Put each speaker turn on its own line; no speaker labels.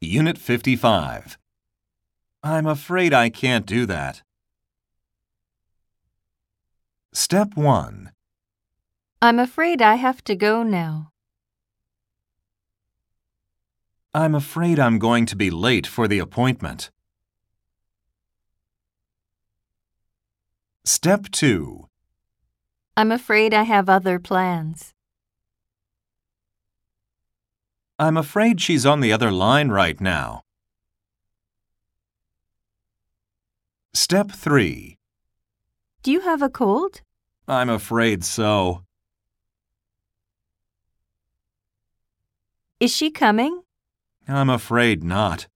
Unit 55. I'm afraid I can't do that. Step 1.
I'm afraid I have to go now.
I'm afraid I'm going to be late for the appointment. Step 2.
I'm afraid I have other plans.
I'm afraid she's on the other line right now. Step 3.
Do you have a cold?
I'm afraid so.
Is she coming?
I'm afraid not.